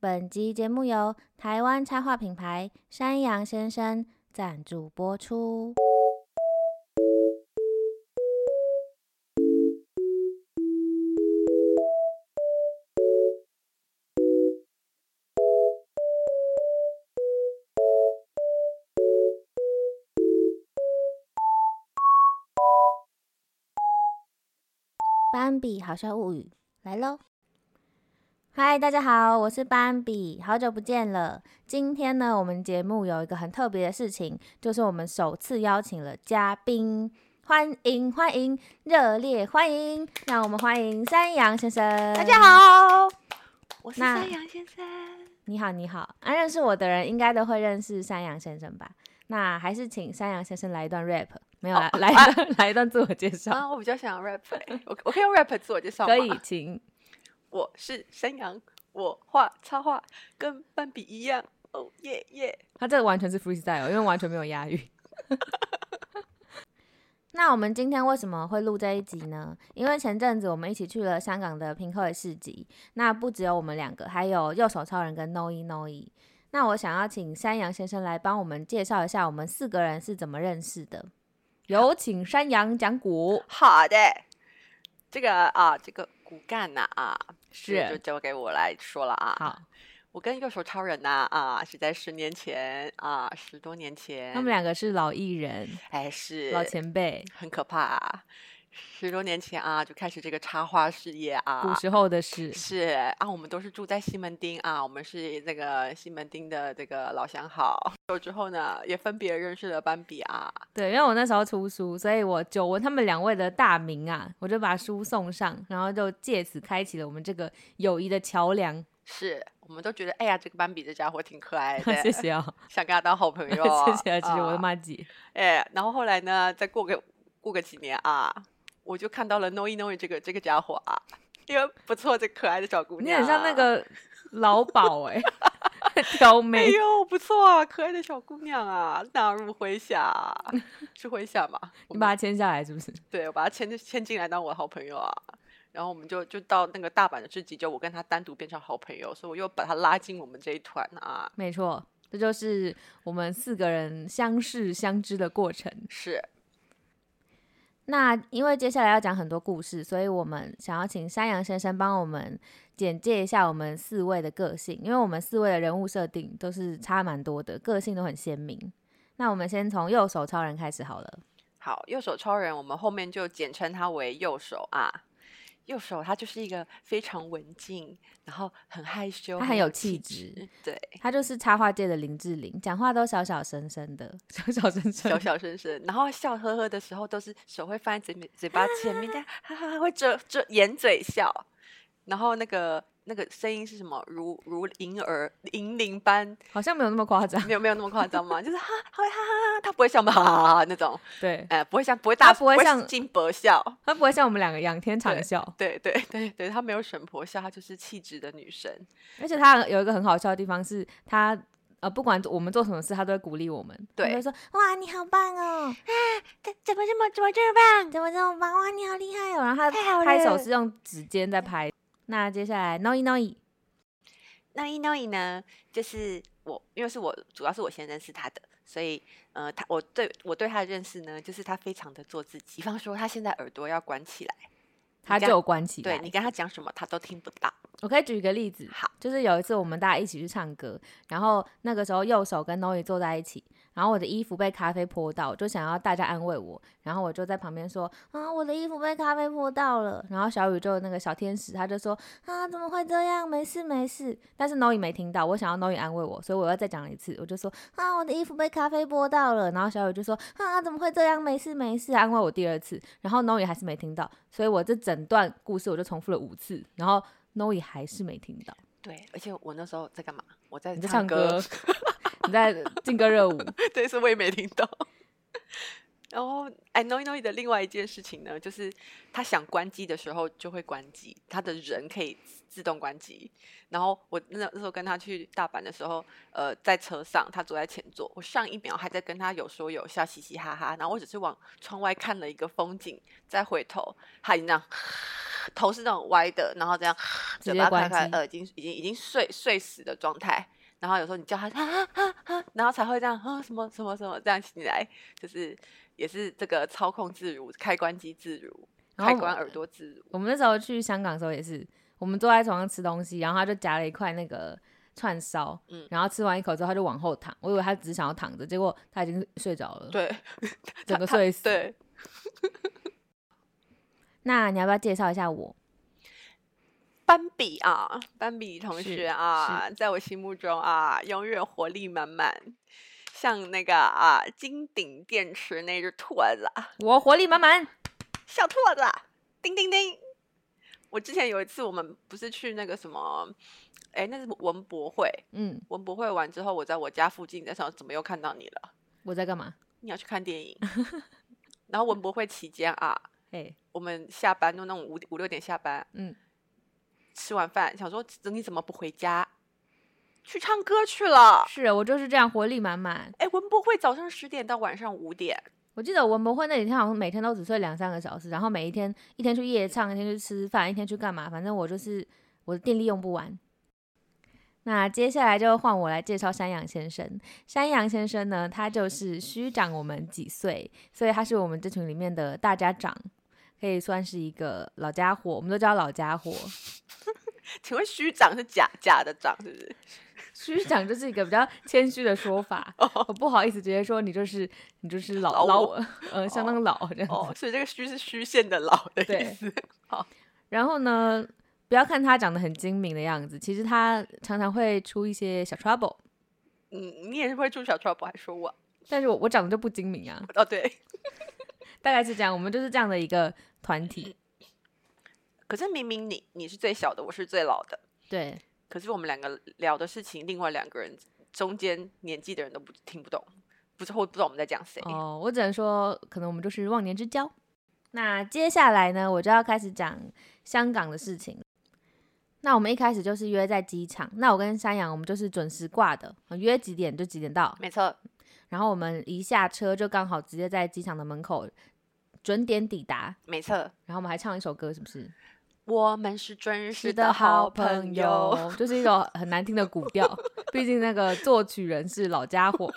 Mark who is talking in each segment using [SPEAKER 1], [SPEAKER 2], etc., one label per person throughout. [SPEAKER 1] 本集节目由台湾插画品牌山羊先生赞助播出。斑比好笑物语来喽！嗨，大家好，我是斑比，好久不见了。今天呢，我们节目有一个很特别的事情，就是我们首次邀请了嘉宾，欢迎欢迎，热烈欢迎！让我们欢迎山羊先生。
[SPEAKER 2] 大家，好，我是
[SPEAKER 1] 那
[SPEAKER 2] 山羊先生。
[SPEAKER 1] 你好你好。啊，认识我的人应该都会认识山羊先生吧？那还是请山羊先生来一段 rap，没有来、来一段来一段自我介绍，
[SPEAKER 2] 啊，我比较想要 rap，欸 我我可以用 rap 自我介绍吗？
[SPEAKER 1] 可以，请。
[SPEAKER 2] 我是山羊，我画插画跟斑比一样。哦耶耶！
[SPEAKER 1] 他这个完全是 freestyle，因为完全没有押韵。 那我们今天为什么会录这一集呢？因为前阵子我们一起去了香港的平克市集，那不只有我们两个，还有右手超人跟 No E No E。那我想要请山羊先生来帮我们介绍一下我们四个人是怎么认识的。有请山羊讲古，
[SPEAKER 2] 好的，这个啊，这个骨干呐啊，
[SPEAKER 1] 是
[SPEAKER 2] 就交给我来说了啊。
[SPEAKER 1] 好，
[SPEAKER 2] 我跟右手超人呐啊，是在十年前啊，十多年前，
[SPEAKER 1] 他们两个是老艺人、
[SPEAKER 2] 哎是
[SPEAKER 1] 老前辈，
[SPEAKER 2] 很可怕、啊。十多年前啊，就开始这个插画事业啊，
[SPEAKER 1] 古时候的事。
[SPEAKER 2] 是啊，我们都是住在西门町啊，我们是那个西门町的这个老相好。 有之后呢，也分别认识了斑比啊。
[SPEAKER 1] 对，因为我那时候出书，所以我久闻他们两位的大名啊，我就把书送上，然后就借此开启了我们这个友谊的桥梁。
[SPEAKER 2] 是我们都觉得，哎呀，这个斑比这家伙挺可爱的，
[SPEAKER 1] 谢谢啊，
[SPEAKER 2] 想跟他当好朋友。
[SPEAKER 1] 谢谢啊，谢谢我的
[SPEAKER 2] 哎啊！
[SPEAKER 1] 妈姐。
[SPEAKER 2] 哎，然后后来呢，再过个过个几年啊，我就看到了 No E No E 这个这个家伙啊，一个不错这可爱的小姑
[SPEAKER 1] 你
[SPEAKER 2] 娘。啊
[SPEAKER 1] 很像那。个 老鸨哎、 挑
[SPEAKER 2] 哎
[SPEAKER 1] 眉。
[SPEAKER 2] 呦，不错啊，可爱的小姑娘啊，纳入麾下，啊 是麾下吗？
[SPEAKER 1] 你
[SPEAKER 2] 我们
[SPEAKER 1] 把它签下来是不是？
[SPEAKER 2] 对，我把他牵进牵进来当我的好朋友啊。然后我们就就到那个大阪的市集，就我跟他单独变成好朋友，所以我又把他拉进我们这一团啊。
[SPEAKER 1] 没错，这就是我们四个人相识相知的过程。
[SPEAKER 2] 是
[SPEAKER 1] 那因为接下来要讲很多故事，所以我们想要请山羊先生帮我们简介一下我们四位的个性，因为我们四位的人物设定都是差蛮多的，个性都很鲜明。那我们先从右手超人开始好了。
[SPEAKER 2] 好，右手超人，我们后面就简称他为右手啊。右手他就是一个非常文静，然后很害羞，
[SPEAKER 1] 他很
[SPEAKER 2] 很
[SPEAKER 1] 有气
[SPEAKER 2] 气
[SPEAKER 1] 质
[SPEAKER 2] 对，
[SPEAKER 1] 他就是插画界的林志玲，讲话都小小声声的， 小小声声
[SPEAKER 2] 小。小声声，然后笑呵呵的时候，都是手会放在嘴面嘴巴前面，这样哈哈哈，会遮遮掩嘴笑，然后那个那个声音是什么？如如银儿银铃般，
[SPEAKER 1] 好像没有那么夸张。
[SPEAKER 2] 没有没有那么夸张吗？就是哈，他会哈哈哈，他不会像我们哈哈哈那种，
[SPEAKER 1] 对，
[SPEAKER 2] 哎、不会像不会大，
[SPEAKER 1] 不会像
[SPEAKER 2] 金箔笑，
[SPEAKER 1] 他不会像我们两个仰天长啸，
[SPEAKER 2] 对对对对，她没有神婆笑，她就是气质的女生，
[SPEAKER 1] 而且他有一个很好笑的地方是他。呃，不管我们做什么事，他都会鼓励我们。
[SPEAKER 2] 对
[SPEAKER 1] 他就说：“哇，你好棒哦！
[SPEAKER 3] 怎怎么这么怎么这么棒？
[SPEAKER 1] 怎么这么棒？哇，你好厉害哦！然
[SPEAKER 3] 太
[SPEAKER 1] 后他
[SPEAKER 3] 好
[SPEAKER 1] 拍手
[SPEAKER 3] 了
[SPEAKER 1] 是用指尖在拍。那接下来 Noi Noi，
[SPEAKER 2] 那一那一呢，就是我，因为是我，主要是我先认识他的，所以呃，他我对我对他的认识呢，就是他非常的做自己。比方说，他现在耳朵要关起来，
[SPEAKER 1] 他就
[SPEAKER 2] 跟
[SPEAKER 1] 有关起来。
[SPEAKER 2] 对你跟他讲什么，他都听不到。
[SPEAKER 1] 我可以举一个例子，
[SPEAKER 2] 好，
[SPEAKER 1] 就是有一次我们大家一起去唱歌，然后那个时候右手跟 Noi 坐在一起，然后我的衣服被咖啡泼到，我就想要大家安慰我，然后我就在旁边说：“啊，我的衣服被咖啡泼到了。”然后小宇宙那个小天使他就说：“啊，怎么会这样？没事没事。”但是 Noi 没听到，我想要 Noi 安慰我，所以我要再讲一次，我就说：“啊，我的衣服被咖啡泼到了。”然后小雨就说：“啊，怎么会这样？没事没事。”安慰我第二次，然后 Noi 还是没听到，所以我这整段故事我就重复了五次，然后 Noi 还是没听到。
[SPEAKER 2] 对，而且我那时候在干嘛？我在
[SPEAKER 1] 你在唱歌
[SPEAKER 2] 歌，，
[SPEAKER 1] 你在劲歌热舞，
[SPEAKER 2] 对，所以我也没听到。 然后，I know know 的另外一件事情呢，就是他想关机的时候就会关机，他的人可以自动关机。然后我那那时候跟他去大阪的时候，呃，在车上，他坐在前座，我上一秒还在跟他有说有笑，嘻嘻哈哈，然后我只是往窗外看了一个风景，再回头，他已经那样头是那种歪的，然后这样
[SPEAKER 1] 直
[SPEAKER 2] 嘴
[SPEAKER 1] 接
[SPEAKER 2] 巴
[SPEAKER 1] 关
[SPEAKER 2] 开开，
[SPEAKER 1] 机
[SPEAKER 2] 呃，已经已经已经睡睡死的状态。然后有时候你叫他啊啊啊，然后才会这样啊什么什么什么这样起来，就是也是这个操控自如，开关机自如，
[SPEAKER 1] 然后
[SPEAKER 2] 开
[SPEAKER 1] 我
[SPEAKER 2] 关耳朵自如。
[SPEAKER 1] 我们那时候去香港的时候也是，我们坐在床上吃东西，然后他就夹了一块那个串烧，
[SPEAKER 2] 嗯
[SPEAKER 1] 然后吃完一口之后他就往后躺，我以为他只是想要躺着，结果他已经睡着了，，
[SPEAKER 2] 对，
[SPEAKER 1] 整个
[SPEAKER 2] 他
[SPEAKER 1] 睡死。，
[SPEAKER 2] 对，
[SPEAKER 1] 那你要不要介绍一下我？
[SPEAKER 2] 斑比啊，斑比同
[SPEAKER 1] 是
[SPEAKER 2] 学啊，在我心目中啊，永远活力满满，像那个啊金顶电池那只兔子啊，
[SPEAKER 1] 我活力满满，
[SPEAKER 2] 小兔子啊，叮叮叮。我之前有一次，我们不是去那个什么，哎，那是文博会，
[SPEAKER 1] 嗯，
[SPEAKER 2] 文博会完之后，我在我家附近，在想怎么又看到你了？
[SPEAKER 1] 我在干嘛？
[SPEAKER 2] 你要去看 电影，然后文博会期间啊，
[SPEAKER 1] 哎，
[SPEAKER 2] 我们下班都那种五五六点下班，
[SPEAKER 1] 嗯，
[SPEAKER 2] 吃完饭想说你怎么不回家？去唱歌去了。
[SPEAKER 1] 是啊我就是这样活力满满。
[SPEAKER 2] 哎，文博会早上十点到晚上五点，
[SPEAKER 1] 我记得文博会那几天好像每天都只睡两三个小时，然后每一天一天去夜唱，一天去吃饭，一天去干嘛，反正我就是我的电力用不完。那接下来就换我来介绍山羊先生。山羊先生呢，他就是虚长我们几岁，所以他是我们这群里面的大家长，可以算是一个老家伙，我们都叫老家伙。
[SPEAKER 2] 请问虚长是假假的长是不是？
[SPEAKER 1] 虚长就是一个比较谦虚的说法，我不好意思直接说你就是你就是哦老
[SPEAKER 2] 老
[SPEAKER 1] 老
[SPEAKER 2] 我
[SPEAKER 1] 我，呃，相当老这样子。
[SPEAKER 2] 哦，所以这个虚是虚线的老的意
[SPEAKER 1] 对
[SPEAKER 2] 思。
[SPEAKER 1] 然后呢，不要看他长得很精明的样子，其实他常常会出一些小 trouble。
[SPEAKER 2] 嗯，你也是会住小 trouble，还说我
[SPEAKER 1] 但是我我长得就不精明啊，
[SPEAKER 2] 哦，对。
[SPEAKER 1] 大概是这样。我们就是这样的一个团体，
[SPEAKER 2] 可是明明你你是最小的，我是最老的，
[SPEAKER 1] 对，
[SPEAKER 2] 可是我们两个聊的事情，另外两个人中间年纪的人都不听不懂，不是或不知道我们在讲谁。
[SPEAKER 1] 哦，我只能说，可能我们就是忘年之交。那接下来呢，我就要开始讲香港的事情。那我们一开始就是约在机场，那我跟山羊我们就是准时挂的，约几点就几点到。
[SPEAKER 2] 没错，
[SPEAKER 1] 然后我们一下车就刚好直接在机场的门口准点抵达。
[SPEAKER 2] 没错，
[SPEAKER 1] 然后我们还唱一首歌，是不是？
[SPEAKER 2] 我们是真实
[SPEAKER 1] 是
[SPEAKER 2] 的
[SPEAKER 1] 的
[SPEAKER 2] 好
[SPEAKER 1] 好
[SPEAKER 2] 朋
[SPEAKER 1] 朋
[SPEAKER 2] 友。
[SPEAKER 1] 友， 就是一首很难听的古调，毕竟那个作曲人是老家伙。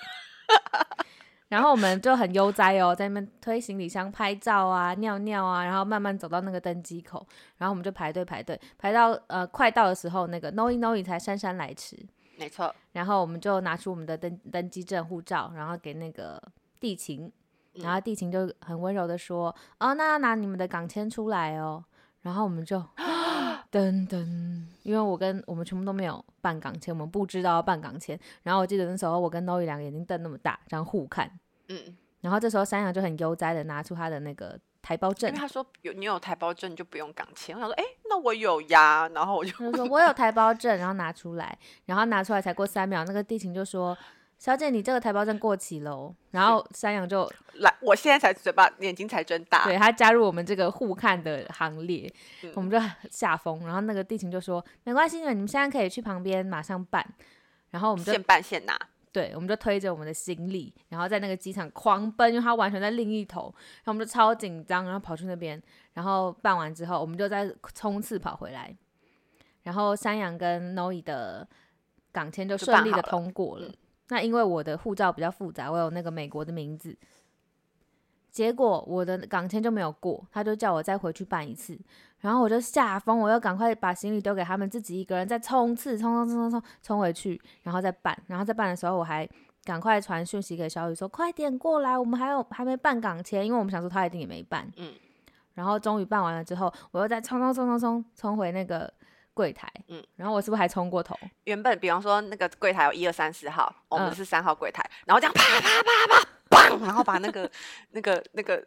[SPEAKER 1] 然后我们就很悠哉哦，在那边推行李箱、拍照啊、尿尿啊，然后慢慢走到那个登机口，然后我们就排队排队，排到呃快到的时候，那个 Noi Noi 才姗姗来迟。
[SPEAKER 2] 没错，
[SPEAKER 1] 然后我们就拿出我们的登登机证、护照，然后给那个地勤，然后地勤就很温柔的说：“哦，那要拿你们的港签出来哦。”然后我们就噔噔，因为我跟我们全部都没有办港签，我们不知道要办港签。然后我记得那时候我跟 Noi 两个眼睛瞪那么大，这样互看。
[SPEAKER 2] 嗯，
[SPEAKER 1] 然后这时候山羊就很悠哉的拿出他的那个台胞
[SPEAKER 2] 因
[SPEAKER 1] 证
[SPEAKER 2] 为，他说有你有台胞证就不用港签，我想说，哎，那我有呀，然后我就
[SPEAKER 1] 他就说我有台胞证，然后拿出来，然后拿出来才过三秒，那个地勤就说：“小姐，你这个台胞证过期喽。”然后山羊就
[SPEAKER 2] 来，我现在才嘴巴眼睛才睁大，
[SPEAKER 1] 对他加入我们这个互看的行列，
[SPEAKER 2] 嗯
[SPEAKER 1] 我们就吓疯。然后那个地勤就说：“没关系，你们现在可以去旁边马上办。”然后我们就
[SPEAKER 2] 现办现拿，
[SPEAKER 1] 对，我们就推着我们的行李，然后在那个机场狂奔，因为他完全在另一头，然后我们就超紧张，然后跑去那边，然后办完之后，我们就再冲刺跑回来。然后山羊跟 Noi 的港签就
[SPEAKER 2] 就
[SPEAKER 1] 顺
[SPEAKER 2] 办
[SPEAKER 1] 利
[SPEAKER 2] 好
[SPEAKER 1] 的
[SPEAKER 2] 了嗯
[SPEAKER 1] 通过了。那因为我的护照比较复杂，我有那个美国的名字，结果我的港签就没有过，他就叫我再回去办一次。然后我就吓疯，我又赶快把行李丢给他们，自己一个人再冲刺，冲冲冲冲冲冲回去，然后再办。然后再办的时候，我还赶快传讯息给小雨说：“快点过来，我们还有还没办港签，因为我们想说他一定也没办。”
[SPEAKER 2] 嗯。
[SPEAKER 1] 然后终于办完了之后，我又再冲冲冲冲冲冲回那个柜台。
[SPEAKER 2] 嗯。
[SPEAKER 1] 然后我是不是还冲过头？
[SPEAKER 2] 原本比方说那个柜台有一二三四号，我们
[SPEAKER 1] 嗯
[SPEAKER 2] 是三号柜台，然后这样啪啪啪啪，砰， 然后把那个那个那个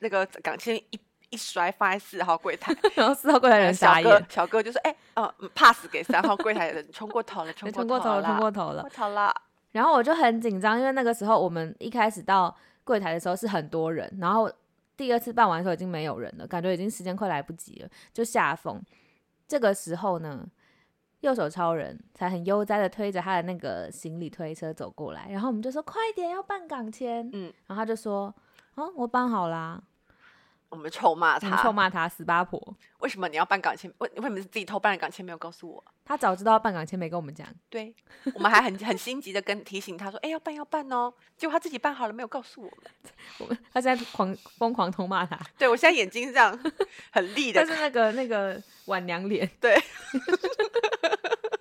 [SPEAKER 2] 那个港签一一摔放在四号 柜台，
[SPEAKER 1] 然后四号柜台人傻
[SPEAKER 2] 小哥
[SPEAKER 1] 眼，
[SPEAKER 2] 小哥就说：“哎、哦、嗯，pass 给三号柜台的人，冲过头了，冲
[SPEAKER 1] 冲过
[SPEAKER 2] 过
[SPEAKER 1] 头
[SPEAKER 2] 头了，
[SPEAKER 1] 了，冲过头了
[SPEAKER 2] 过。头了。
[SPEAKER 1] 然后我就很紧张，因为那个时候我们一开始到柜台的时候是很多人，然后第二次办完的时候已经没有人了，感觉已经时间快来不及了，就下风。这个时候呢，右手超人才很悠哉的推着他的那个行李推车走过来，然后我们就说快点要办港签，
[SPEAKER 2] 嗯
[SPEAKER 1] 然后他就说哦我办好啦，
[SPEAKER 2] 我们臭骂
[SPEAKER 1] 你
[SPEAKER 2] 他，
[SPEAKER 1] 臭骂他死八婆。
[SPEAKER 2] 为什么你要办港签？为为什么是自己偷办的港签没有告诉我？
[SPEAKER 1] 他早知道办港签没跟我们讲，
[SPEAKER 2] 对， 我们还很很心急的跟提醒他说，哎、要办要办哦，结果他自己办好了，没有告诉我们。
[SPEAKER 1] 我们他现在狂疯狂痛骂他，
[SPEAKER 2] 对我现在眼睛是这样 很利
[SPEAKER 1] 但
[SPEAKER 2] 的
[SPEAKER 1] 是，那个那个晚娘脸，
[SPEAKER 2] 对，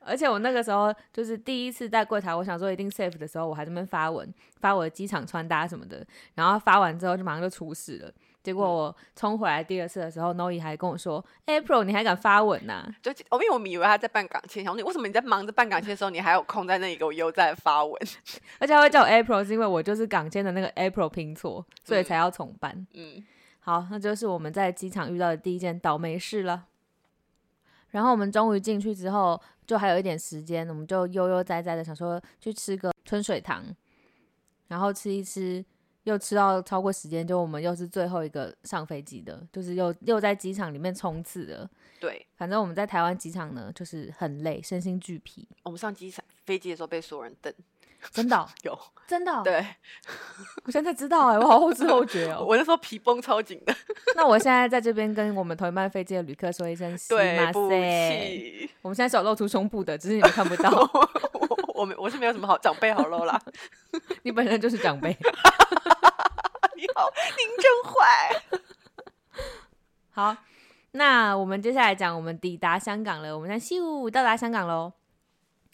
[SPEAKER 1] 而且我那个时候就是第一次在柜台，我想说一定 safe 的时候，我还在那边发文发我的机场穿搭什么的，然后发完之后就马上就出事了。结
[SPEAKER 2] 嗯
[SPEAKER 1] 果我冲回来第二次的时候 n o i 还跟我说：“April，你还敢发文呐、
[SPEAKER 2] 就我因为我们以为他在办港签，想说你为什么你在忙着办港签的时候，你还有空在那里给我悠哉地发文？
[SPEAKER 1] 而且他会叫我 April 是因为我就是港间的那个 April 拼错，所以
[SPEAKER 2] 嗯
[SPEAKER 1] 才要重办。
[SPEAKER 2] 嗯，
[SPEAKER 1] 好，那就是我们在机场遇到的第一件倒霉事了。然后我们终于进去之后，就还有一点时间，我们就悠悠哉哉的想说去吃个春水堂，然后吃一吃，又吃到超过时间，就我们又是最后一个上飞机的，就是又又在机场里面冲刺了。
[SPEAKER 2] 对，
[SPEAKER 1] 反正我们在台湾机场呢，就是很累，身心俱疲，
[SPEAKER 2] 我们上机场飞机的时候被所有人瞪，
[SPEAKER 1] 真的哦、
[SPEAKER 2] 有
[SPEAKER 1] 真的哦、
[SPEAKER 2] 对
[SPEAKER 1] 我现在才知道哎、我好后知后觉哦。
[SPEAKER 2] 我那时候皮绷超紧 的，
[SPEAKER 1] 那我现在在这边跟我们同一班飞机的旅客说一声，
[SPEAKER 2] 对不
[SPEAKER 1] 塞。
[SPEAKER 2] 起，
[SPEAKER 1] 我们现在是有露出胸部的，只是你们看不到。
[SPEAKER 2] 我我我没我是没有什么好长辈好喽 啦，
[SPEAKER 1] 你本身就是长辈。
[SPEAKER 2] 你好，哎您真坏。
[SPEAKER 1] 好，那我们接下来讲，我们抵达香港了，我们在咻到达香港喽。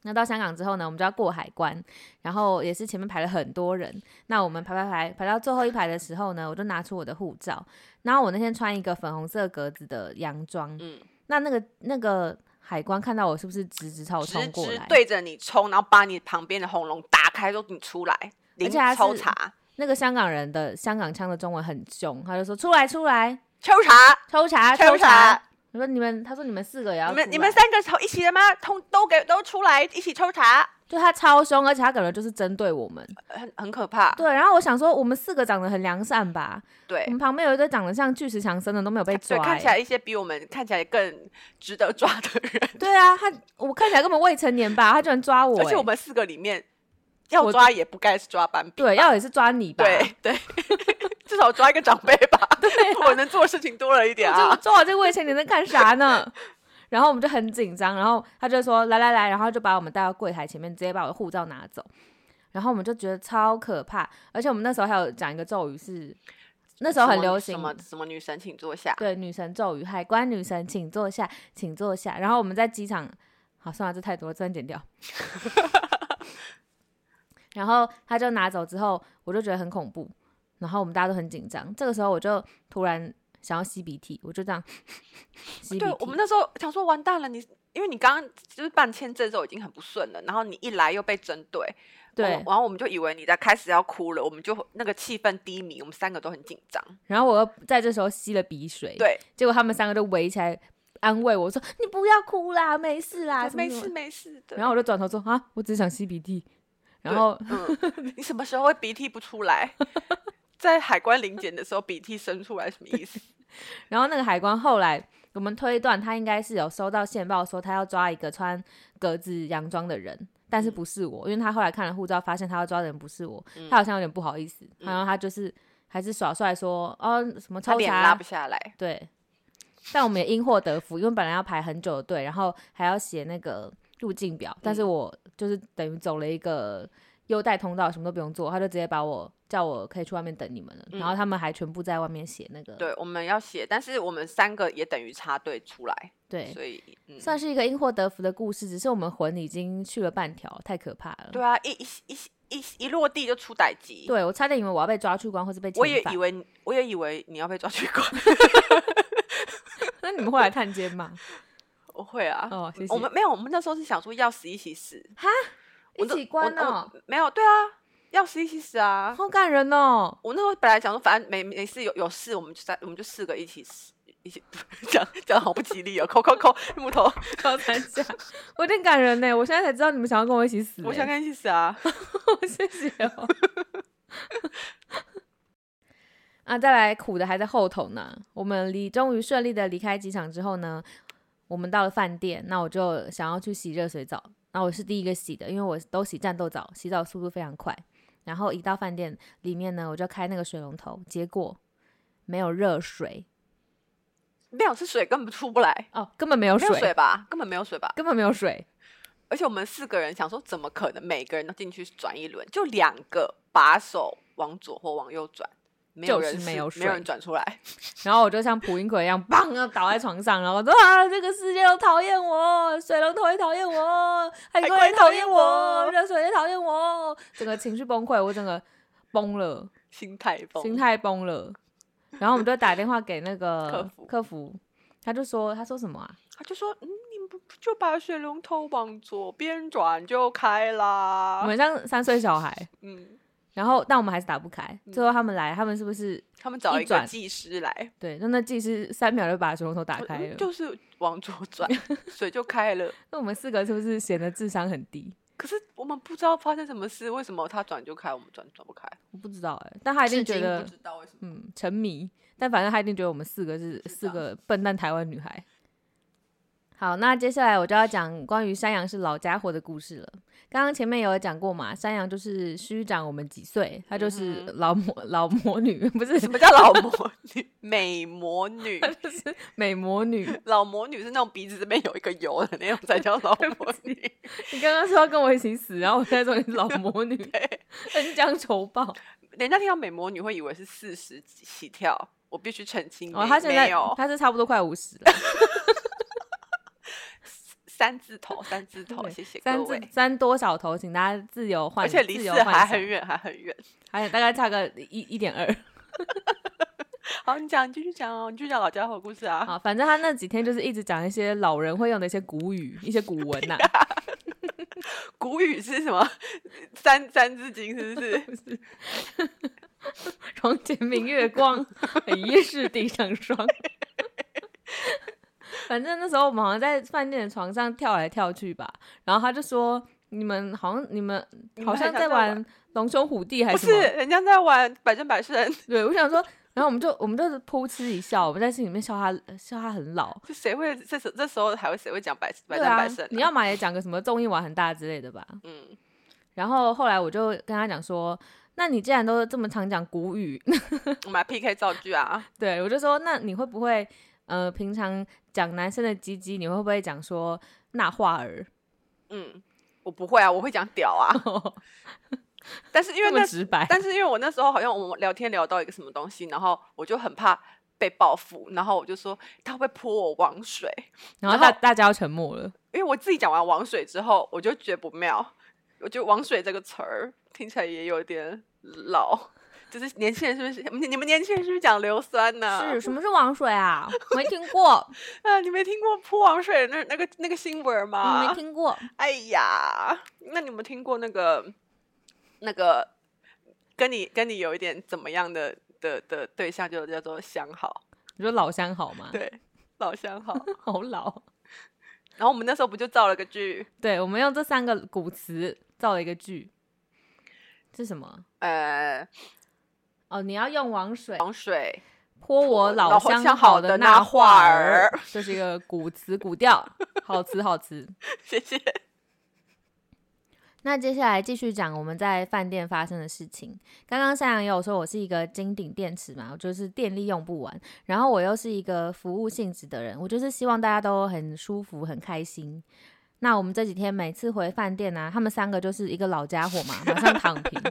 [SPEAKER 1] 那到香港之后呢，我们就要过海关，然后也是前面排了很多人。那我们排排排排到最后一排的时候呢，我就拿出我的护照，然后我那天穿一个粉红色格子的洋装，
[SPEAKER 2] 嗯
[SPEAKER 1] 那那个那个海关看到我是不是直直朝我冲
[SPEAKER 2] 直
[SPEAKER 1] 过
[SPEAKER 2] 直
[SPEAKER 1] 来？
[SPEAKER 2] 对着你冲，然后把你旁边的红龙打开，说你出来，零
[SPEAKER 1] 且他
[SPEAKER 2] 抽
[SPEAKER 1] 是
[SPEAKER 2] 查，
[SPEAKER 1] 那个香港人的香港腔的中文很凶，他就说出来出来，
[SPEAKER 2] 抽查，
[SPEAKER 1] 抽查
[SPEAKER 2] 抽查。
[SPEAKER 1] 我说你们，他说你们四个也要
[SPEAKER 2] 你
[SPEAKER 1] 出来，
[SPEAKER 2] 们你们三个头一起的吗？通都给都出来一起抽查，
[SPEAKER 1] 就他超凶，而且他感觉就是针对我们。
[SPEAKER 2] 很很可怕。
[SPEAKER 1] 对，然后我想说，我们四个长得很良善吧？我
[SPEAKER 2] 啊对
[SPEAKER 1] 们旁边有一堆长得像巨石强森的都没有被抓、
[SPEAKER 2] 对，看起
[SPEAKER 1] 欸。
[SPEAKER 2] 来一些比我们看起来更值得抓的人，
[SPEAKER 1] 对啊，他我看起来根本未成年吧，他居然抓我、
[SPEAKER 2] 而且
[SPEAKER 1] 欸
[SPEAKER 2] 我们四个里面要
[SPEAKER 1] 我
[SPEAKER 2] 抓也不该是抓班比，
[SPEAKER 1] 对要也是抓你吧？
[SPEAKER 2] 对对， 至少抓一个长辈吧。我能做的事情多了一点
[SPEAKER 1] 我
[SPEAKER 2] 啊
[SPEAKER 1] 就。抓我这个未成年在干啥呢？然后我们就很紧张，然后他就说来来来，然后就把我们带到柜台前面，直接把我的护照拿走。然后我们就觉得超可怕，而且我们那时候还有讲一个咒语是，那时候很流行
[SPEAKER 2] 什么什么什么女神请坐下，
[SPEAKER 1] 对，女神咒语，海关女神，请坐下，请坐下。然后我们在机场，好，算了，这太多了，这段剪掉。 然后他就拿走之后，我就觉得很恐怖，然后我们大家都很紧张。这个时候我就突然想要吸鼻涕，我就这样 吸鼻
[SPEAKER 2] 对
[SPEAKER 1] 涕。
[SPEAKER 2] 我们那时候想说完蛋了，你因为你刚刚就是办签证的时候已经很不顺了，然后你一来又被针对，哦
[SPEAKER 1] 对
[SPEAKER 2] 然后，然后我们就以为你在开始要哭了，我们就那个气氛低迷，我们三个都很紧张。
[SPEAKER 1] 然后我又在这时候吸了鼻水，，
[SPEAKER 2] 对，
[SPEAKER 1] 结果他们三个就围起来安慰我说：“你不要哭啦，没事啦，
[SPEAKER 2] 啊，
[SPEAKER 1] 什么
[SPEAKER 2] 没
[SPEAKER 1] 什么
[SPEAKER 2] 事没事的。
[SPEAKER 1] 然后我就转头说：“啊，我只是想吸鼻涕。”然
[SPEAKER 2] 对
[SPEAKER 1] 后
[SPEAKER 2] 嗯你什么时候会鼻涕不出来？ 在海关临检的时候，鼻涕生出来什么意思？
[SPEAKER 1] 然后那个海关后来，我们推断他应该是有收到线报说他要抓一个穿格子洋装的人，但
[SPEAKER 2] 嗯
[SPEAKER 1] 是不是我，因为他后来看了护照，发现他要抓的人不是我，他好像有点不好意思，然后他就是还是耍帅说哦什么
[SPEAKER 2] 他
[SPEAKER 1] 抽
[SPEAKER 2] 脸拉
[SPEAKER 1] 查
[SPEAKER 2] 不，下来，
[SPEAKER 1] 对。但我们也因祸得福，因为本来要排很久的队，然后还要写那个入境表，但是
[SPEAKER 2] 嗯
[SPEAKER 1] 我就是等于走了一个优待通道，什么都不用做，他就直接把我叫我可以去外面等你们了，然后他们还全部在外面写那个
[SPEAKER 2] 嗯对，我们要写，但是我们三个也等于插队出来，
[SPEAKER 1] 对
[SPEAKER 2] 所以、嗯、
[SPEAKER 1] 算是一个因祸得福的故事，只是我们魂已经去了半条，太可怕了。
[SPEAKER 2] 对啊，一一一一一落地就出歹疾，
[SPEAKER 1] 对，我差点以为我要被抓去关或是被
[SPEAKER 2] 我也
[SPEAKER 1] 遣返
[SPEAKER 2] 以。为你，我也以为你要被抓去关。
[SPEAKER 1] 那你们会来探监吗？
[SPEAKER 2] 我会啊，
[SPEAKER 1] 哦谢
[SPEAKER 2] 我
[SPEAKER 1] 谢
[SPEAKER 2] 们没有，我们那时候是想说要死一起死，我
[SPEAKER 1] 一
[SPEAKER 2] 那
[SPEAKER 1] 起关哦，
[SPEAKER 2] 我我没有，对啊，要死一起死啊。
[SPEAKER 1] 好感人 哦！
[SPEAKER 2] 我那时候本来想说，反正没没事，有有事我们就三，我们就四个一起死，一起 讲讲得好不吉利哦，扣扣 扣木头，
[SPEAKER 1] 高三下，我有点感人呢。我现在才知道你们想要跟我一起死欸。
[SPEAKER 2] 我想跟你一起死啊。
[SPEAKER 1] 谢谢哦。啊，再来苦的还在后头呢。我们离终于顺利的离开机场之后呢，我们到了饭店，那我就想要去洗热水澡。那我是第一个洗的，因为我都洗战斗澡，洗澡速度非常快。然后一到饭店里面呢，我就开那个水龙头，结果没有热水
[SPEAKER 2] 没有是水根本出不来，
[SPEAKER 1] 哦，根本没有
[SPEAKER 2] 没
[SPEAKER 1] 水，
[SPEAKER 2] 有水吧，根本没有水吧。
[SPEAKER 1] 根本没有水，
[SPEAKER 2] 而且我们四个人想说，怎么可能每个人都进去转一轮？就两个把手往左或往右转，没有
[SPEAKER 1] 就是
[SPEAKER 2] 人是
[SPEAKER 1] 没有
[SPEAKER 2] 没有人
[SPEAKER 1] 水
[SPEAKER 2] 转出来。
[SPEAKER 1] 然后我就像蒲英奎一样，砰，要倒在床上，然后我说啊，这个世界都讨厌我，水龙头也讨厌我，海龟
[SPEAKER 2] 海龟
[SPEAKER 1] 也
[SPEAKER 2] 讨
[SPEAKER 1] 讨
[SPEAKER 2] 厌
[SPEAKER 1] 厌
[SPEAKER 2] 我
[SPEAKER 1] 我，热水也讨厌我，整个情绪崩溃，我整个崩了，
[SPEAKER 2] 心态崩，
[SPEAKER 1] 心态崩了。然后我们就打电话给那个
[SPEAKER 2] 客服
[SPEAKER 1] 客服，他就说他说什么啊？
[SPEAKER 2] 他就说：“嗯，你不就把水龙头往左边转就开啦。”
[SPEAKER 1] 我们像三岁小孩，
[SPEAKER 2] 嗯，
[SPEAKER 1] 然后但我们还是打不开。最后他们来，他们是不是
[SPEAKER 2] 他们找
[SPEAKER 1] 一
[SPEAKER 2] 一个
[SPEAKER 1] 转
[SPEAKER 2] 技师来，
[SPEAKER 1] 对？那那技师三秒就把水龙头打
[SPEAKER 2] 我
[SPEAKER 1] 开
[SPEAKER 2] 嗯
[SPEAKER 1] 了。
[SPEAKER 2] 就是 往左转，水就开了。
[SPEAKER 1] 那我们四个是不是显得智商很低？
[SPEAKER 2] 可是我们不知道发生什么事，为什么他转就开，我们转转不开？
[SPEAKER 1] 我不知道哎、但他一定
[SPEAKER 2] 至
[SPEAKER 1] 觉
[SPEAKER 2] 今
[SPEAKER 1] 得
[SPEAKER 2] 不知道为什么。
[SPEAKER 1] 嗯，沉迷，但反正他一定觉得我们四个是
[SPEAKER 2] 是
[SPEAKER 1] 四
[SPEAKER 2] 的
[SPEAKER 1] 个笨蛋台湾女孩。好，那接下来我就要讲关于山羊是老家伙的故事了。刚刚前面有讲过嘛，山羊就是虚长我们几岁，她就是
[SPEAKER 2] 嗯
[SPEAKER 1] 老魔、老魔女， 不是
[SPEAKER 2] 什么叫老魔女？美魔 女，
[SPEAKER 1] 美魔女。
[SPEAKER 2] 老魔女是那种鼻子这边有一个油的那种才叫 老魔女。
[SPEAKER 1] 你刚刚说要跟我一起死，然后我现在说你是老魔 女，恩将仇报。
[SPEAKER 2] 人家听到美魔女会以为是四十起跳，我必须澄清，
[SPEAKER 1] 哦，
[SPEAKER 2] 没
[SPEAKER 1] 她现
[SPEAKER 2] 没
[SPEAKER 1] 在
[SPEAKER 2] 有
[SPEAKER 1] 她是差不多快五十 了，
[SPEAKER 2] 三字头，三字头，
[SPEAKER 1] 对
[SPEAKER 2] 谢谢各
[SPEAKER 1] 三字
[SPEAKER 2] 位。
[SPEAKER 1] 三多少头，请大家自由幻，
[SPEAKER 2] 而且离
[SPEAKER 1] 自
[SPEAKER 2] 四
[SPEAKER 1] 由
[SPEAKER 2] 还
[SPEAKER 1] 幻
[SPEAKER 2] 很
[SPEAKER 1] 想，
[SPEAKER 2] 远，还很远。
[SPEAKER 1] 还有大概差个一一点二。
[SPEAKER 2] 好，你讲，你继续讲哦，你继续讲老家伙故 事啊。
[SPEAKER 1] 啊，反正他那几天就是一直讲一些老人会用的一些古语、一些古文 呐、
[SPEAKER 2] 啊古语是什么？ 三三字经是 不是？
[SPEAKER 1] 床前明月光， 疑是地上霜。 反正那时候我们好像在饭店的床上跳来跳去吧，然后他就说：“你们好像你们
[SPEAKER 2] 你们
[SPEAKER 1] 好
[SPEAKER 2] 很
[SPEAKER 1] 像
[SPEAKER 2] 像
[SPEAKER 1] 在
[SPEAKER 2] 在玩
[SPEAKER 1] 玩龙兄虎弟还
[SPEAKER 2] 啊不
[SPEAKER 1] 是
[SPEAKER 2] 是，
[SPEAKER 1] 什么？”
[SPEAKER 2] 人家在玩百战百胜，
[SPEAKER 1] 对，我想说，然后我们就我们就是噗嗤一笑，我们在心里面笑他笑他很老。
[SPEAKER 2] 就谁会这时这时候还会谁会讲百百
[SPEAKER 1] 对
[SPEAKER 2] 战
[SPEAKER 1] 啊
[SPEAKER 2] 百胜、啊？，
[SPEAKER 1] 你要嘛也讲个什么综艺玩很大之类的吧？
[SPEAKER 2] 嗯，
[SPEAKER 1] 然后后来我就跟他讲说，那你既然都这么常讲古语，
[SPEAKER 2] 我们来 PK 造句啊。
[SPEAKER 1] 对我就说，那你会不会呃，平常讲男生的鸡鸡，你会不会讲说那话儿？
[SPEAKER 2] 嗯，我不会啊，我会讲屌啊。但是因为
[SPEAKER 1] 这
[SPEAKER 2] 那
[SPEAKER 1] 么直白，
[SPEAKER 2] 但是因为我那时候好像我们聊天聊到一个什么东西，然后我就很怕被报复，然后我就说他会不会泼我王水，
[SPEAKER 1] 然后
[SPEAKER 2] 然
[SPEAKER 1] 大
[SPEAKER 2] 后
[SPEAKER 1] 大家要沉默了。
[SPEAKER 2] 因为我自己讲完王水之后，我就觉得不妙，我觉得王水这个词儿听起来也有点老，就是年轻人是不是？你们你们年轻人是不是讲硫酸呢、
[SPEAKER 1] 是什么是王水啊？没听 过，
[SPEAKER 2] 啊，你没听过泼王水那那个那个新闻
[SPEAKER 1] 嗯没
[SPEAKER 2] 吗？
[SPEAKER 1] 听过。
[SPEAKER 2] 哎呀，那你们听过那个那个跟你跟你有一点怎么样的的的对象，就叫做相好。
[SPEAKER 1] 你说老乡好吗？，
[SPEAKER 2] 对，老相好。
[SPEAKER 1] 好老。
[SPEAKER 2] 然后我们那时候不就造了个句，
[SPEAKER 1] 对，我们用这三个古词造了一个句，是什么？
[SPEAKER 2] 呃，
[SPEAKER 1] 哦，你要用王水
[SPEAKER 2] 王水
[SPEAKER 1] 泼我老
[SPEAKER 2] 乡
[SPEAKER 1] 乡
[SPEAKER 2] 好的
[SPEAKER 1] 的话
[SPEAKER 2] 那话儿，
[SPEAKER 1] 这是一个古词古调，好词好词。
[SPEAKER 2] 谢谢。
[SPEAKER 1] 那接下来继续讲我们在饭店发生的事情。刚刚山羊也有说我是一个金顶电池嘛，我就是电力用不完，然后我又是一个服务性质的人，我就是希望大家都很舒服、很开心。那我们这几天每次回饭店啊，他们三个就是一个老家伙嘛，马上躺 平，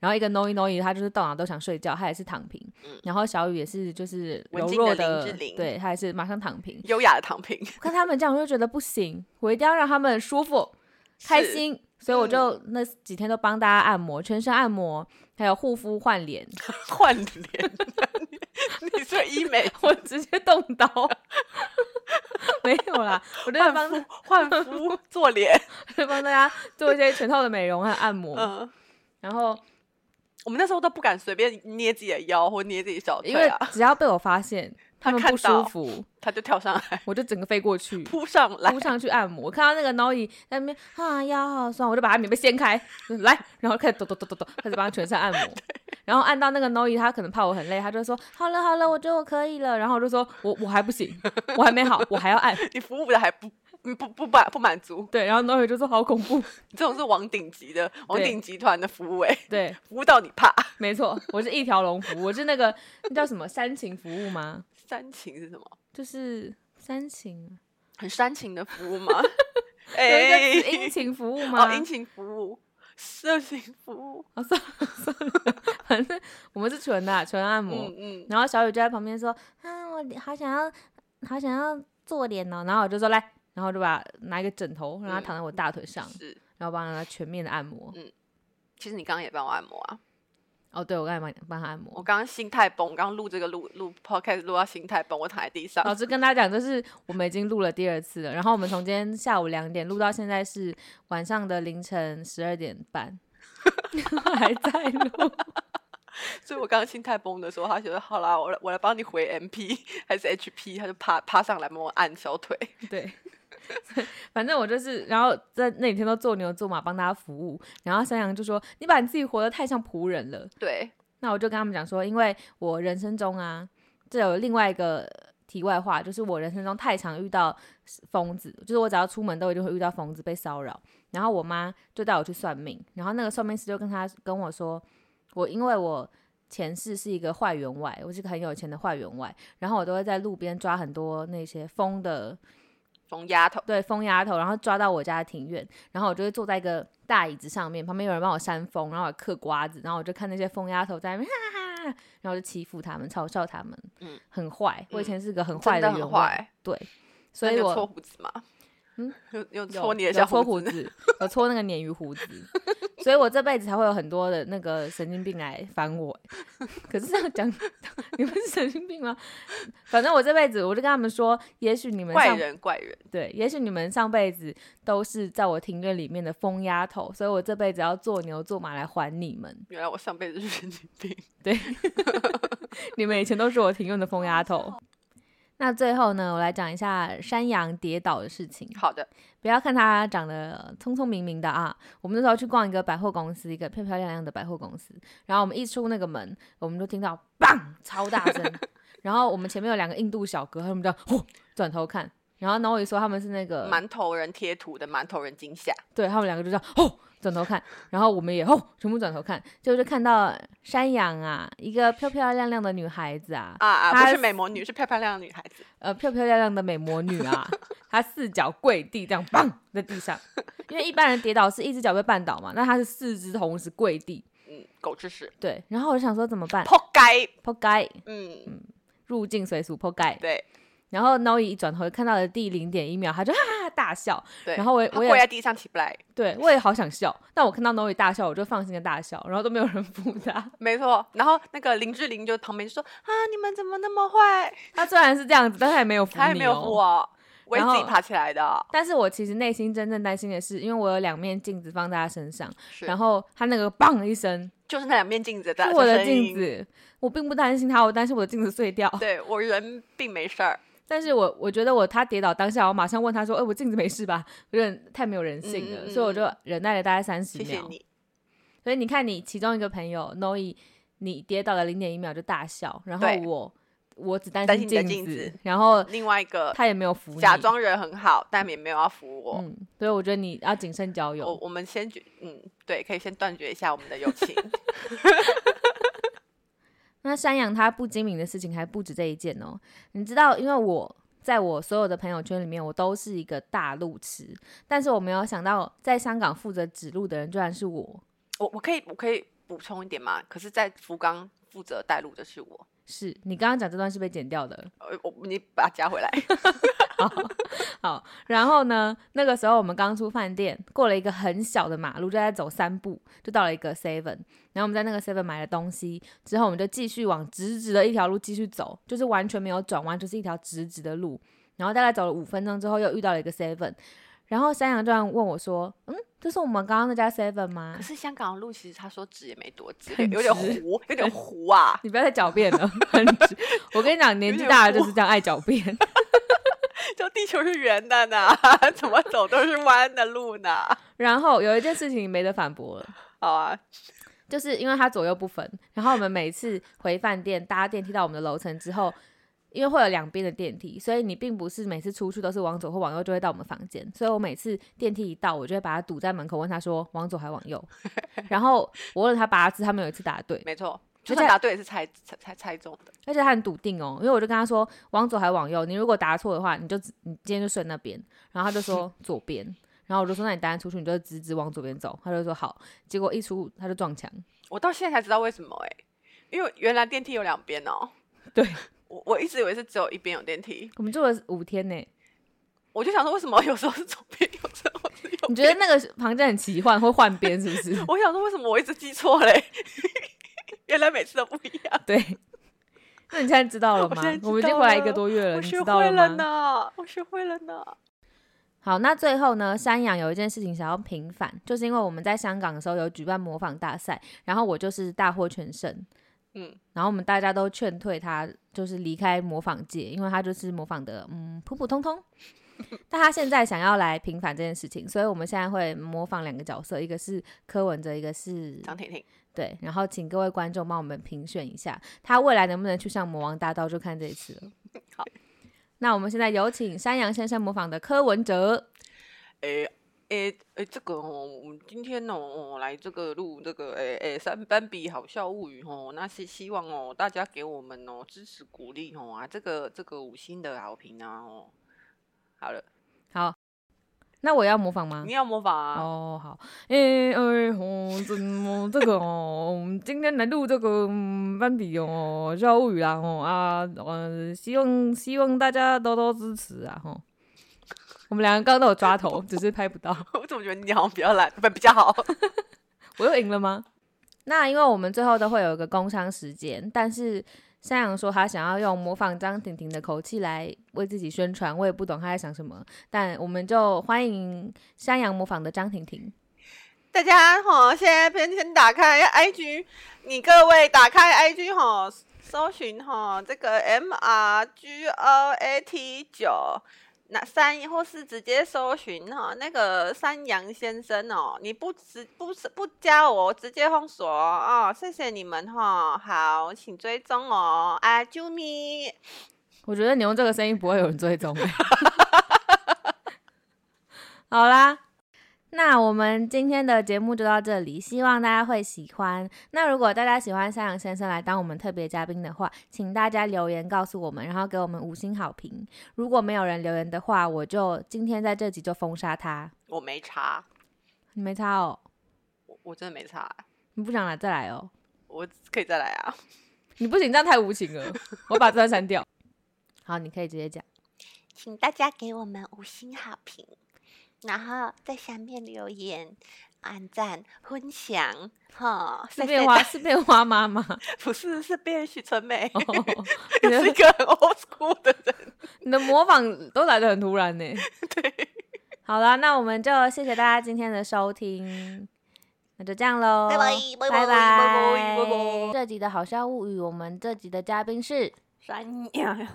[SPEAKER 1] 然后一个 no i no i，他就是到哪都想睡觉，他也是躺平。然后小雨也是就是
[SPEAKER 2] 嗯文
[SPEAKER 1] 柔
[SPEAKER 2] 静
[SPEAKER 1] 弱
[SPEAKER 2] 的林
[SPEAKER 1] 的
[SPEAKER 2] 志玲
[SPEAKER 1] 对他也是马上躺平。
[SPEAKER 2] 优雅的躺平，
[SPEAKER 1] 我看他们这样，我就觉得不行，我一定要让他们舒服、开
[SPEAKER 2] 是。嗯
[SPEAKER 1] 心，所以我就那几天都帮大家按摩，全身按摩，还有护肤换脸，
[SPEAKER 2] 换脸，你 你说医美
[SPEAKER 1] 我直接动刀， 没有啦，我就
[SPEAKER 2] 换
[SPEAKER 1] 帮
[SPEAKER 2] 肤换 肤做脸，
[SPEAKER 1] 就帮大家做一些全套的美容和按摩，
[SPEAKER 2] 嗯。
[SPEAKER 1] 然后
[SPEAKER 2] 我们那时候都不敢随便捏自己的腰或捏自己小
[SPEAKER 1] 因
[SPEAKER 2] 腿
[SPEAKER 1] 为
[SPEAKER 2] 啊，
[SPEAKER 1] 只要被我发现他
[SPEAKER 2] 他
[SPEAKER 1] 们
[SPEAKER 2] 看
[SPEAKER 1] 不舒
[SPEAKER 2] 到
[SPEAKER 1] 服，
[SPEAKER 2] 他就跳上来
[SPEAKER 1] 我就整个飞过去。
[SPEAKER 2] 扑上来
[SPEAKER 1] 扑，上去按摩，我看到那个 Noi 在那边啊腰好酸，我就把他棉被掀开，就来，然后开始抖抖抖抖抖，开始帮他全身按 摩，然后按到那个 Noi，他可能怕我很累，他就说好了好了，我觉得我可以了，然后我就说我我还不行，我还没好，我还要按，
[SPEAKER 2] 你服务的还不嗯不不满不满足，
[SPEAKER 1] 对，然后 Nori 就说好恐怖，
[SPEAKER 2] 这种是王鼎集的王
[SPEAKER 1] 对
[SPEAKER 2] 鼎集团的服务、欸，
[SPEAKER 1] 对，
[SPEAKER 2] 服务到你怕。
[SPEAKER 1] 没错，我是一条龙服务，我是那个那叫什么煽情服务吗？
[SPEAKER 2] 煽情是什么？
[SPEAKER 1] 就是煽情，
[SPEAKER 2] 很煽情的服务吗？
[SPEAKER 1] 有一
[SPEAKER 2] 哎、
[SPEAKER 1] 个词殷勤服务吗？
[SPEAKER 2] 哦，殷勤服务，色情服务，
[SPEAKER 1] 啊，算了算了，反正我们是纯的啊、纯按摩。
[SPEAKER 2] 嗯嗯，
[SPEAKER 1] 然后小雨就在旁边说：“啊，我好想要，好想要做脸哦。”然后我就说：“来。”然后就把拿一个枕头让他躺在我大腿上，
[SPEAKER 2] 是。
[SPEAKER 1] 然后帮他全面的按摩。
[SPEAKER 2] 哦其实你刚刚也帮我按摩啊，
[SPEAKER 1] 哦，对，我刚才帮帮他按摩
[SPEAKER 2] 我。刚刚心态崩，我刚刚录这个录录 podcast 录到心态崩，我躺在地上
[SPEAKER 1] 老，师跟大家讲，就是我们已经录了第二次了。然后我们从今天下午两点录到现在是晚上的凌晨十二点半， 还在录。
[SPEAKER 2] 所以我刚刚心态崩的时候，他觉得好啦，我来我来帮你回 MP 还是 HP，他就趴趴上来帮我按小腿，
[SPEAKER 1] 对，反正我就是，然后在那几天都做牛做马帮大家服务。然后三阳就说：“你把你自己活得太像仆人了。
[SPEAKER 2] 对，”
[SPEAKER 1] 那我就跟他们讲说，因为我人生中啊，这有另外一个题外话，就是我人生中太常遇到疯子，就是我只要出门都一定会遇到疯子被骚扰。然后我妈就带我去算命，然后那个算命师就跟他跟我说，我因为我前世是一个坏员外，我是个很有钱的坏员外，然后我都会在路边抓很多那些疯的
[SPEAKER 2] 疯丫头，
[SPEAKER 1] 对，疯丫头，然后抓到我家的庭院，然后我就会坐在一个大椅子上面，旁边有人帮我扇风，然后我嗑瓜子，然后我就看那些疯丫头在那边哈哈哈，然后我就欺负他们，嘲笑他们，
[SPEAKER 2] 嗯
[SPEAKER 1] 很坏。我以
[SPEAKER 2] 嗯
[SPEAKER 1] 前是个很坏
[SPEAKER 2] 真的
[SPEAKER 1] 员
[SPEAKER 2] 很
[SPEAKER 1] 外，
[SPEAKER 2] 坏，
[SPEAKER 1] 对，所
[SPEAKER 2] 那
[SPEAKER 1] 以
[SPEAKER 2] 你有
[SPEAKER 1] 我
[SPEAKER 2] 搓胡子吗？
[SPEAKER 1] 嗯，
[SPEAKER 2] 有有
[SPEAKER 1] 有
[SPEAKER 2] 搓你的
[SPEAKER 1] 有
[SPEAKER 2] 小
[SPEAKER 1] 搓
[SPEAKER 2] 胡
[SPEAKER 1] 胡
[SPEAKER 2] 子，
[SPEAKER 1] 子， 有搓那个鲶鱼胡子，所以我这辈子才会有很多的那个神经病来烦我。欸 可是这样讲，你们是神经病吗？ 反正我这辈子我就跟他们说，也许你们
[SPEAKER 2] 怪
[SPEAKER 1] 上
[SPEAKER 2] 人怪人，
[SPEAKER 1] 对，也许你们上辈子都是在我庭院里面的疯丫头，所以我这辈子要做牛做马来还你们。
[SPEAKER 2] 原来我上辈子是神经病，
[SPEAKER 1] 对，你们以前都是我庭院的疯丫头。那最后呢，我来讲一下山羊跌倒的事情。
[SPEAKER 2] 好的，
[SPEAKER 1] 不要看他长得聪聪明明的啊，我们那时候去逛一个百货公司，一个漂漂亮亮的百货公司，然后我们一出那个门，我们就听到砰超大声，然后我们前面有两个印度小哥，他们就呼转头看，然后 Noi 说他们是那个
[SPEAKER 2] 馒头人贴图的馒头人惊吓，
[SPEAKER 1] 对他们两个就这样吼转头看，然后我们也吼全部转头看，结果就看到山羊啊，一个漂漂亮亮的女孩子啊，
[SPEAKER 2] 啊啊，
[SPEAKER 1] 她
[SPEAKER 2] 不是美魔女，是漂漂亮亮的女孩子，
[SPEAKER 1] 呃，漂漂亮亮的美魔女啊， 她四脚跪地这样砰在地上，因为一般人跌倒是一只脚被绊倒嘛，那她是四肢同时跪地，
[SPEAKER 2] 嗯，狗吃屎，
[SPEAKER 1] 对，然后我就想说怎么办，
[SPEAKER 2] 扑街，
[SPEAKER 1] 扑街，
[SPEAKER 2] 嗯，
[SPEAKER 1] 入境随俗扑街，
[SPEAKER 2] 对
[SPEAKER 1] 然后 Noi 一转头看到了第零点一秒，她就哈哈哈大笑，
[SPEAKER 2] 对，
[SPEAKER 1] 然后我也
[SPEAKER 2] 他
[SPEAKER 1] 我
[SPEAKER 2] 跪啊在
[SPEAKER 1] 也
[SPEAKER 2] 地上起不来，
[SPEAKER 1] 对我也好想笑，但我看到 Noi 大笑，我就放心的大笑，然后都没有人扶她。
[SPEAKER 2] 没错，然后那个林志玲就旁边说啊，你们怎么那么坏？
[SPEAKER 1] 他虽然是这样子，但他也没有扶你、哦，
[SPEAKER 2] 他也没有扶。我，我也
[SPEAKER 1] 然
[SPEAKER 2] 自己
[SPEAKER 1] 后
[SPEAKER 2] 爬起来的，
[SPEAKER 1] 但是我其实内心真正担心的是，因为我有两面镜子放在他身上，
[SPEAKER 2] 是
[SPEAKER 1] 然后他那个砰一声，
[SPEAKER 2] 就是那两面镜子的
[SPEAKER 1] 是我的
[SPEAKER 2] 声音
[SPEAKER 1] 镜，子，我并不担心他，我担心我的镜子碎掉。
[SPEAKER 2] 对我人并没事 儿，
[SPEAKER 1] 但是我我觉得我他跌倒当下，我马上问他说：“哎、我镜子没事吧？”有点太没有人性了，
[SPEAKER 2] 嗯嗯嗯
[SPEAKER 1] 所以我就忍耐了大概三十
[SPEAKER 2] 谢
[SPEAKER 1] 秒。
[SPEAKER 2] 谢你，
[SPEAKER 1] 所以你看，你其中一个朋友 Noi，你跌倒了零点一秒就大笑，然后
[SPEAKER 2] 对
[SPEAKER 1] 我我只担
[SPEAKER 2] 担
[SPEAKER 1] 心
[SPEAKER 2] 心你的
[SPEAKER 1] 镜
[SPEAKER 2] 镜子
[SPEAKER 1] 然后
[SPEAKER 2] 另外一个
[SPEAKER 1] 他也没有扶你，
[SPEAKER 2] 假装人很好，但也没有要扶我。
[SPEAKER 1] 嗯，所以我觉得你要谨慎交友。
[SPEAKER 2] 我我们先决，嗯，对，可以先断绝一下我们的友 情。
[SPEAKER 1] 那山羊它不精明的事情还不止这一件哦。你知道，因为我在我所有的朋友圈里面，我都是一个大路痴，但是我没有想到，在香港负责指路的人居然是我。
[SPEAKER 2] 我我可以我可以补充一点吗？可是，在福冈负责带路的是我，
[SPEAKER 1] 是你刚刚讲这段是被剪掉的。
[SPEAKER 2] 呃，我你把它加 回来。
[SPEAKER 1] 好，然后呢，那个时候我们刚出饭店，过了一个很小的马路，就在走三步就到了一个 Seven，然后我们在那个 Seven 买了东西之后，我们就继续往直直的一条路继续走，就是完全没有转弯，就是一条直直的路。然后大概走了五分钟之后，又遇到了一个 Seven，然后山羊突然问我说：“嗯，这是我们刚刚那家 Seven 吗
[SPEAKER 2] 可是香港的路其实他说直也没多直，
[SPEAKER 1] 很
[SPEAKER 2] 有点
[SPEAKER 1] 直
[SPEAKER 2] 糊，有点糊啊？”。
[SPEAKER 1] 你不要再狡辩了，很直。我跟你讲，年纪大了就是这样爱狡辩。
[SPEAKER 2] 就地球是圆的呢， 怎么走都是弯的路呢？
[SPEAKER 1] 然后有一件事情没得反驳了。
[SPEAKER 2] 好啊，
[SPEAKER 1] 就是因为它左右不分，然后我们每次回饭店搭电梯到我们的楼层之后，因为会有两边的电梯，所以你并不是每次出去都是往左或往右就会到我们房间，所以我每次电梯一到，我就会把它堵在门口，问他说往左还往右，然后我问了他八次，他没有一次答对，
[SPEAKER 2] 没错，
[SPEAKER 1] 而
[SPEAKER 2] 就
[SPEAKER 1] 且
[SPEAKER 2] 算答对也是猜猜猜猜中的。
[SPEAKER 1] 而且他很笃定哦，因为我就跟他说往左还往右，你如果答错的话，你就只你今天就睡那边。然后他就说左边，然后我就说那你答案出去，你就直直往左边走。他就说好，结果一出他就撞墙，
[SPEAKER 2] 我到现在才知道为什么哎、因为原来电梯有两边哦。
[SPEAKER 1] 对
[SPEAKER 2] 我我一直以为是只有一边有电梯，
[SPEAKER 1] 我们住了五天呢。
[SPEAKER 2] 我就想说为什么有时候是左边，有时候是右
[SPEAKER 1] 你
[SPEAKER 2] 边？？
[SPEAKER 1] 觉得那个房间很奇幻，会换边是不是
[SPEAKER 2] 我想说为什么我一直记错嘞？ 原来每次都不一样。
[SPEAKER 1] 对。那你现在知道了
[SPEAKER 2] 我
[SPEAKER 1] 吗？
[SPEAKER 2] 现在知
[SPEAKER 1] 我们已经
[SPEAKER 2] 道
[SPEAKER 1] 回来一
[SPEAKER 2] 了啊
[SPEAKER 1] 个多月了，
[SPEAKER 2] 我
[SPEAKER 1] 你
[SPEAKER 2] 学
[SPEAKER 1] 知道
[SPEAKER 2] 会
[SPEAKER 1] 吗？
[SPEAKER 2] 了呢，我学会了呢。
[SPEAKER 1] 好，那最后呢，山羊有一件事情想要平反，就是因为我们在香港的时候有举办模仿大赛，然后我就是大获全胜，
[SPEAKER 2] 嗯，
[SPEAKER 1] 然后我们大家都劝退他，就是离开模仿界，因为他就是模仿的嗯普普通通。 但他现在想要来平反这件事情，所以我们现在会模仿两个角色，一个是柯文哲，一个是
[SPEAKER 2] 张婷婷，
[SPEAKER 1] 对，然后请各位观众帮我们评选一下，他未来能不能去上魔王大道，就看这一次了。
[SPEAKER 2] 好，
[SPEAKER 1] 那我们现在有请山羊先生模仿的柯文哲。
[SPEAKER 2] 诶诶诶，这个哦，我们今天哦哦来这个录这个诶诶三班比好笑物语哦，那是希望哦大家给我们哦支持鼓励哦啊，这个这个五星的好评啊哦。好了，
[SPEAKER 1] 好，那我要模仿吗
[SPEAKER 2] 你？要模仿啊？
[SPEAKER 1] 哦，好，诶、哎哦，怎么这个哦？我们今天来录这个嗯班比哦，教物语啦哦啊，呃，希望希望大家多多支持啊吼。我们两个刚刚都有抓头，只是拍不到。
[SPEAKER 2] 我怎么觉得你好像比较懒，不比较好？
[SPEAKER 1] 我又赢了吗？ 那因为我们最后都会有一个工商时间，但是山羊说他想要用模仿张婷婷的口气来为自己宣传，我也不懂他在想什么，但我们就欢迎山羊模仿的张婷婷。
[SPEAKER 2] 大家哈，现在先先打开 IG，你各位打开 IG 哈，搜寻哈这个 M R G O A T 九，那三或是直接搜寻哈那个山羊先生哦，你不直不是不加我，直接封锁哦，谢谢你们哈，好，请追踪哦，啊，啾咪，
[SPEAKER 1] 我觉得你用这个声音不会有人追踪、欸。 好啦，那我们今天的节目就到这里，希望大家会喜欢。那如果大家喜欢山羊先生来当我们特别嘉宾的话，请大家留言告诉我们，然后给我们五星好评。如果没有人留言的话，我就今天在这集就封杀他。
[SPEAKER 2] 我没查，
[SPEAKER 1] 你没差哦，
[SPEAKER 2] 我我真的没查，
[SPEAKER 1] 你不想来再来哦，
[SPEAKER 2] 我可以再来啊。
[SPEAKER 1] 你不行，这样太无情了，我把这段删掉。 好，你可以直接讲。
[SPEAKER 3] 请大家给我们五星好评，然后在下面留言、按赞、分享，哈，
[SPEAKER 1] 是
[SPEAKER 3] 谢谢
[SPEAKER 1] 变花
[SPEAKER 3] 大
[SPEAKER 1] 是变花妈妈，
[SPEAKER 2] 不是，是变许纯美，
[SPEAKER 1] 哦你
[SPEAKER 2] 又
[SPEAKER 1] 的
[SPEAKER 2] 是一个很 old school 的 人。
[SPEAKER 1] 你的模仿都来得很突然呢。
[SPEAKER 2] 对，
[SPEAKER 1] 好啦，那我们就谢谢大家今天的收听，那就这样喽，
[SPEAKER 3] 拜拜
[SPEAKER 1] 拜
[SPEAKER 3] 拜拜
[SPEAKER 1] 拜
[SPEAKER 2] 拜拜拜拜
[SPEAKER 1] 这集的好笑物语，我们这啊 集的嘉宾是。
[SPEAKER 3] 山羊。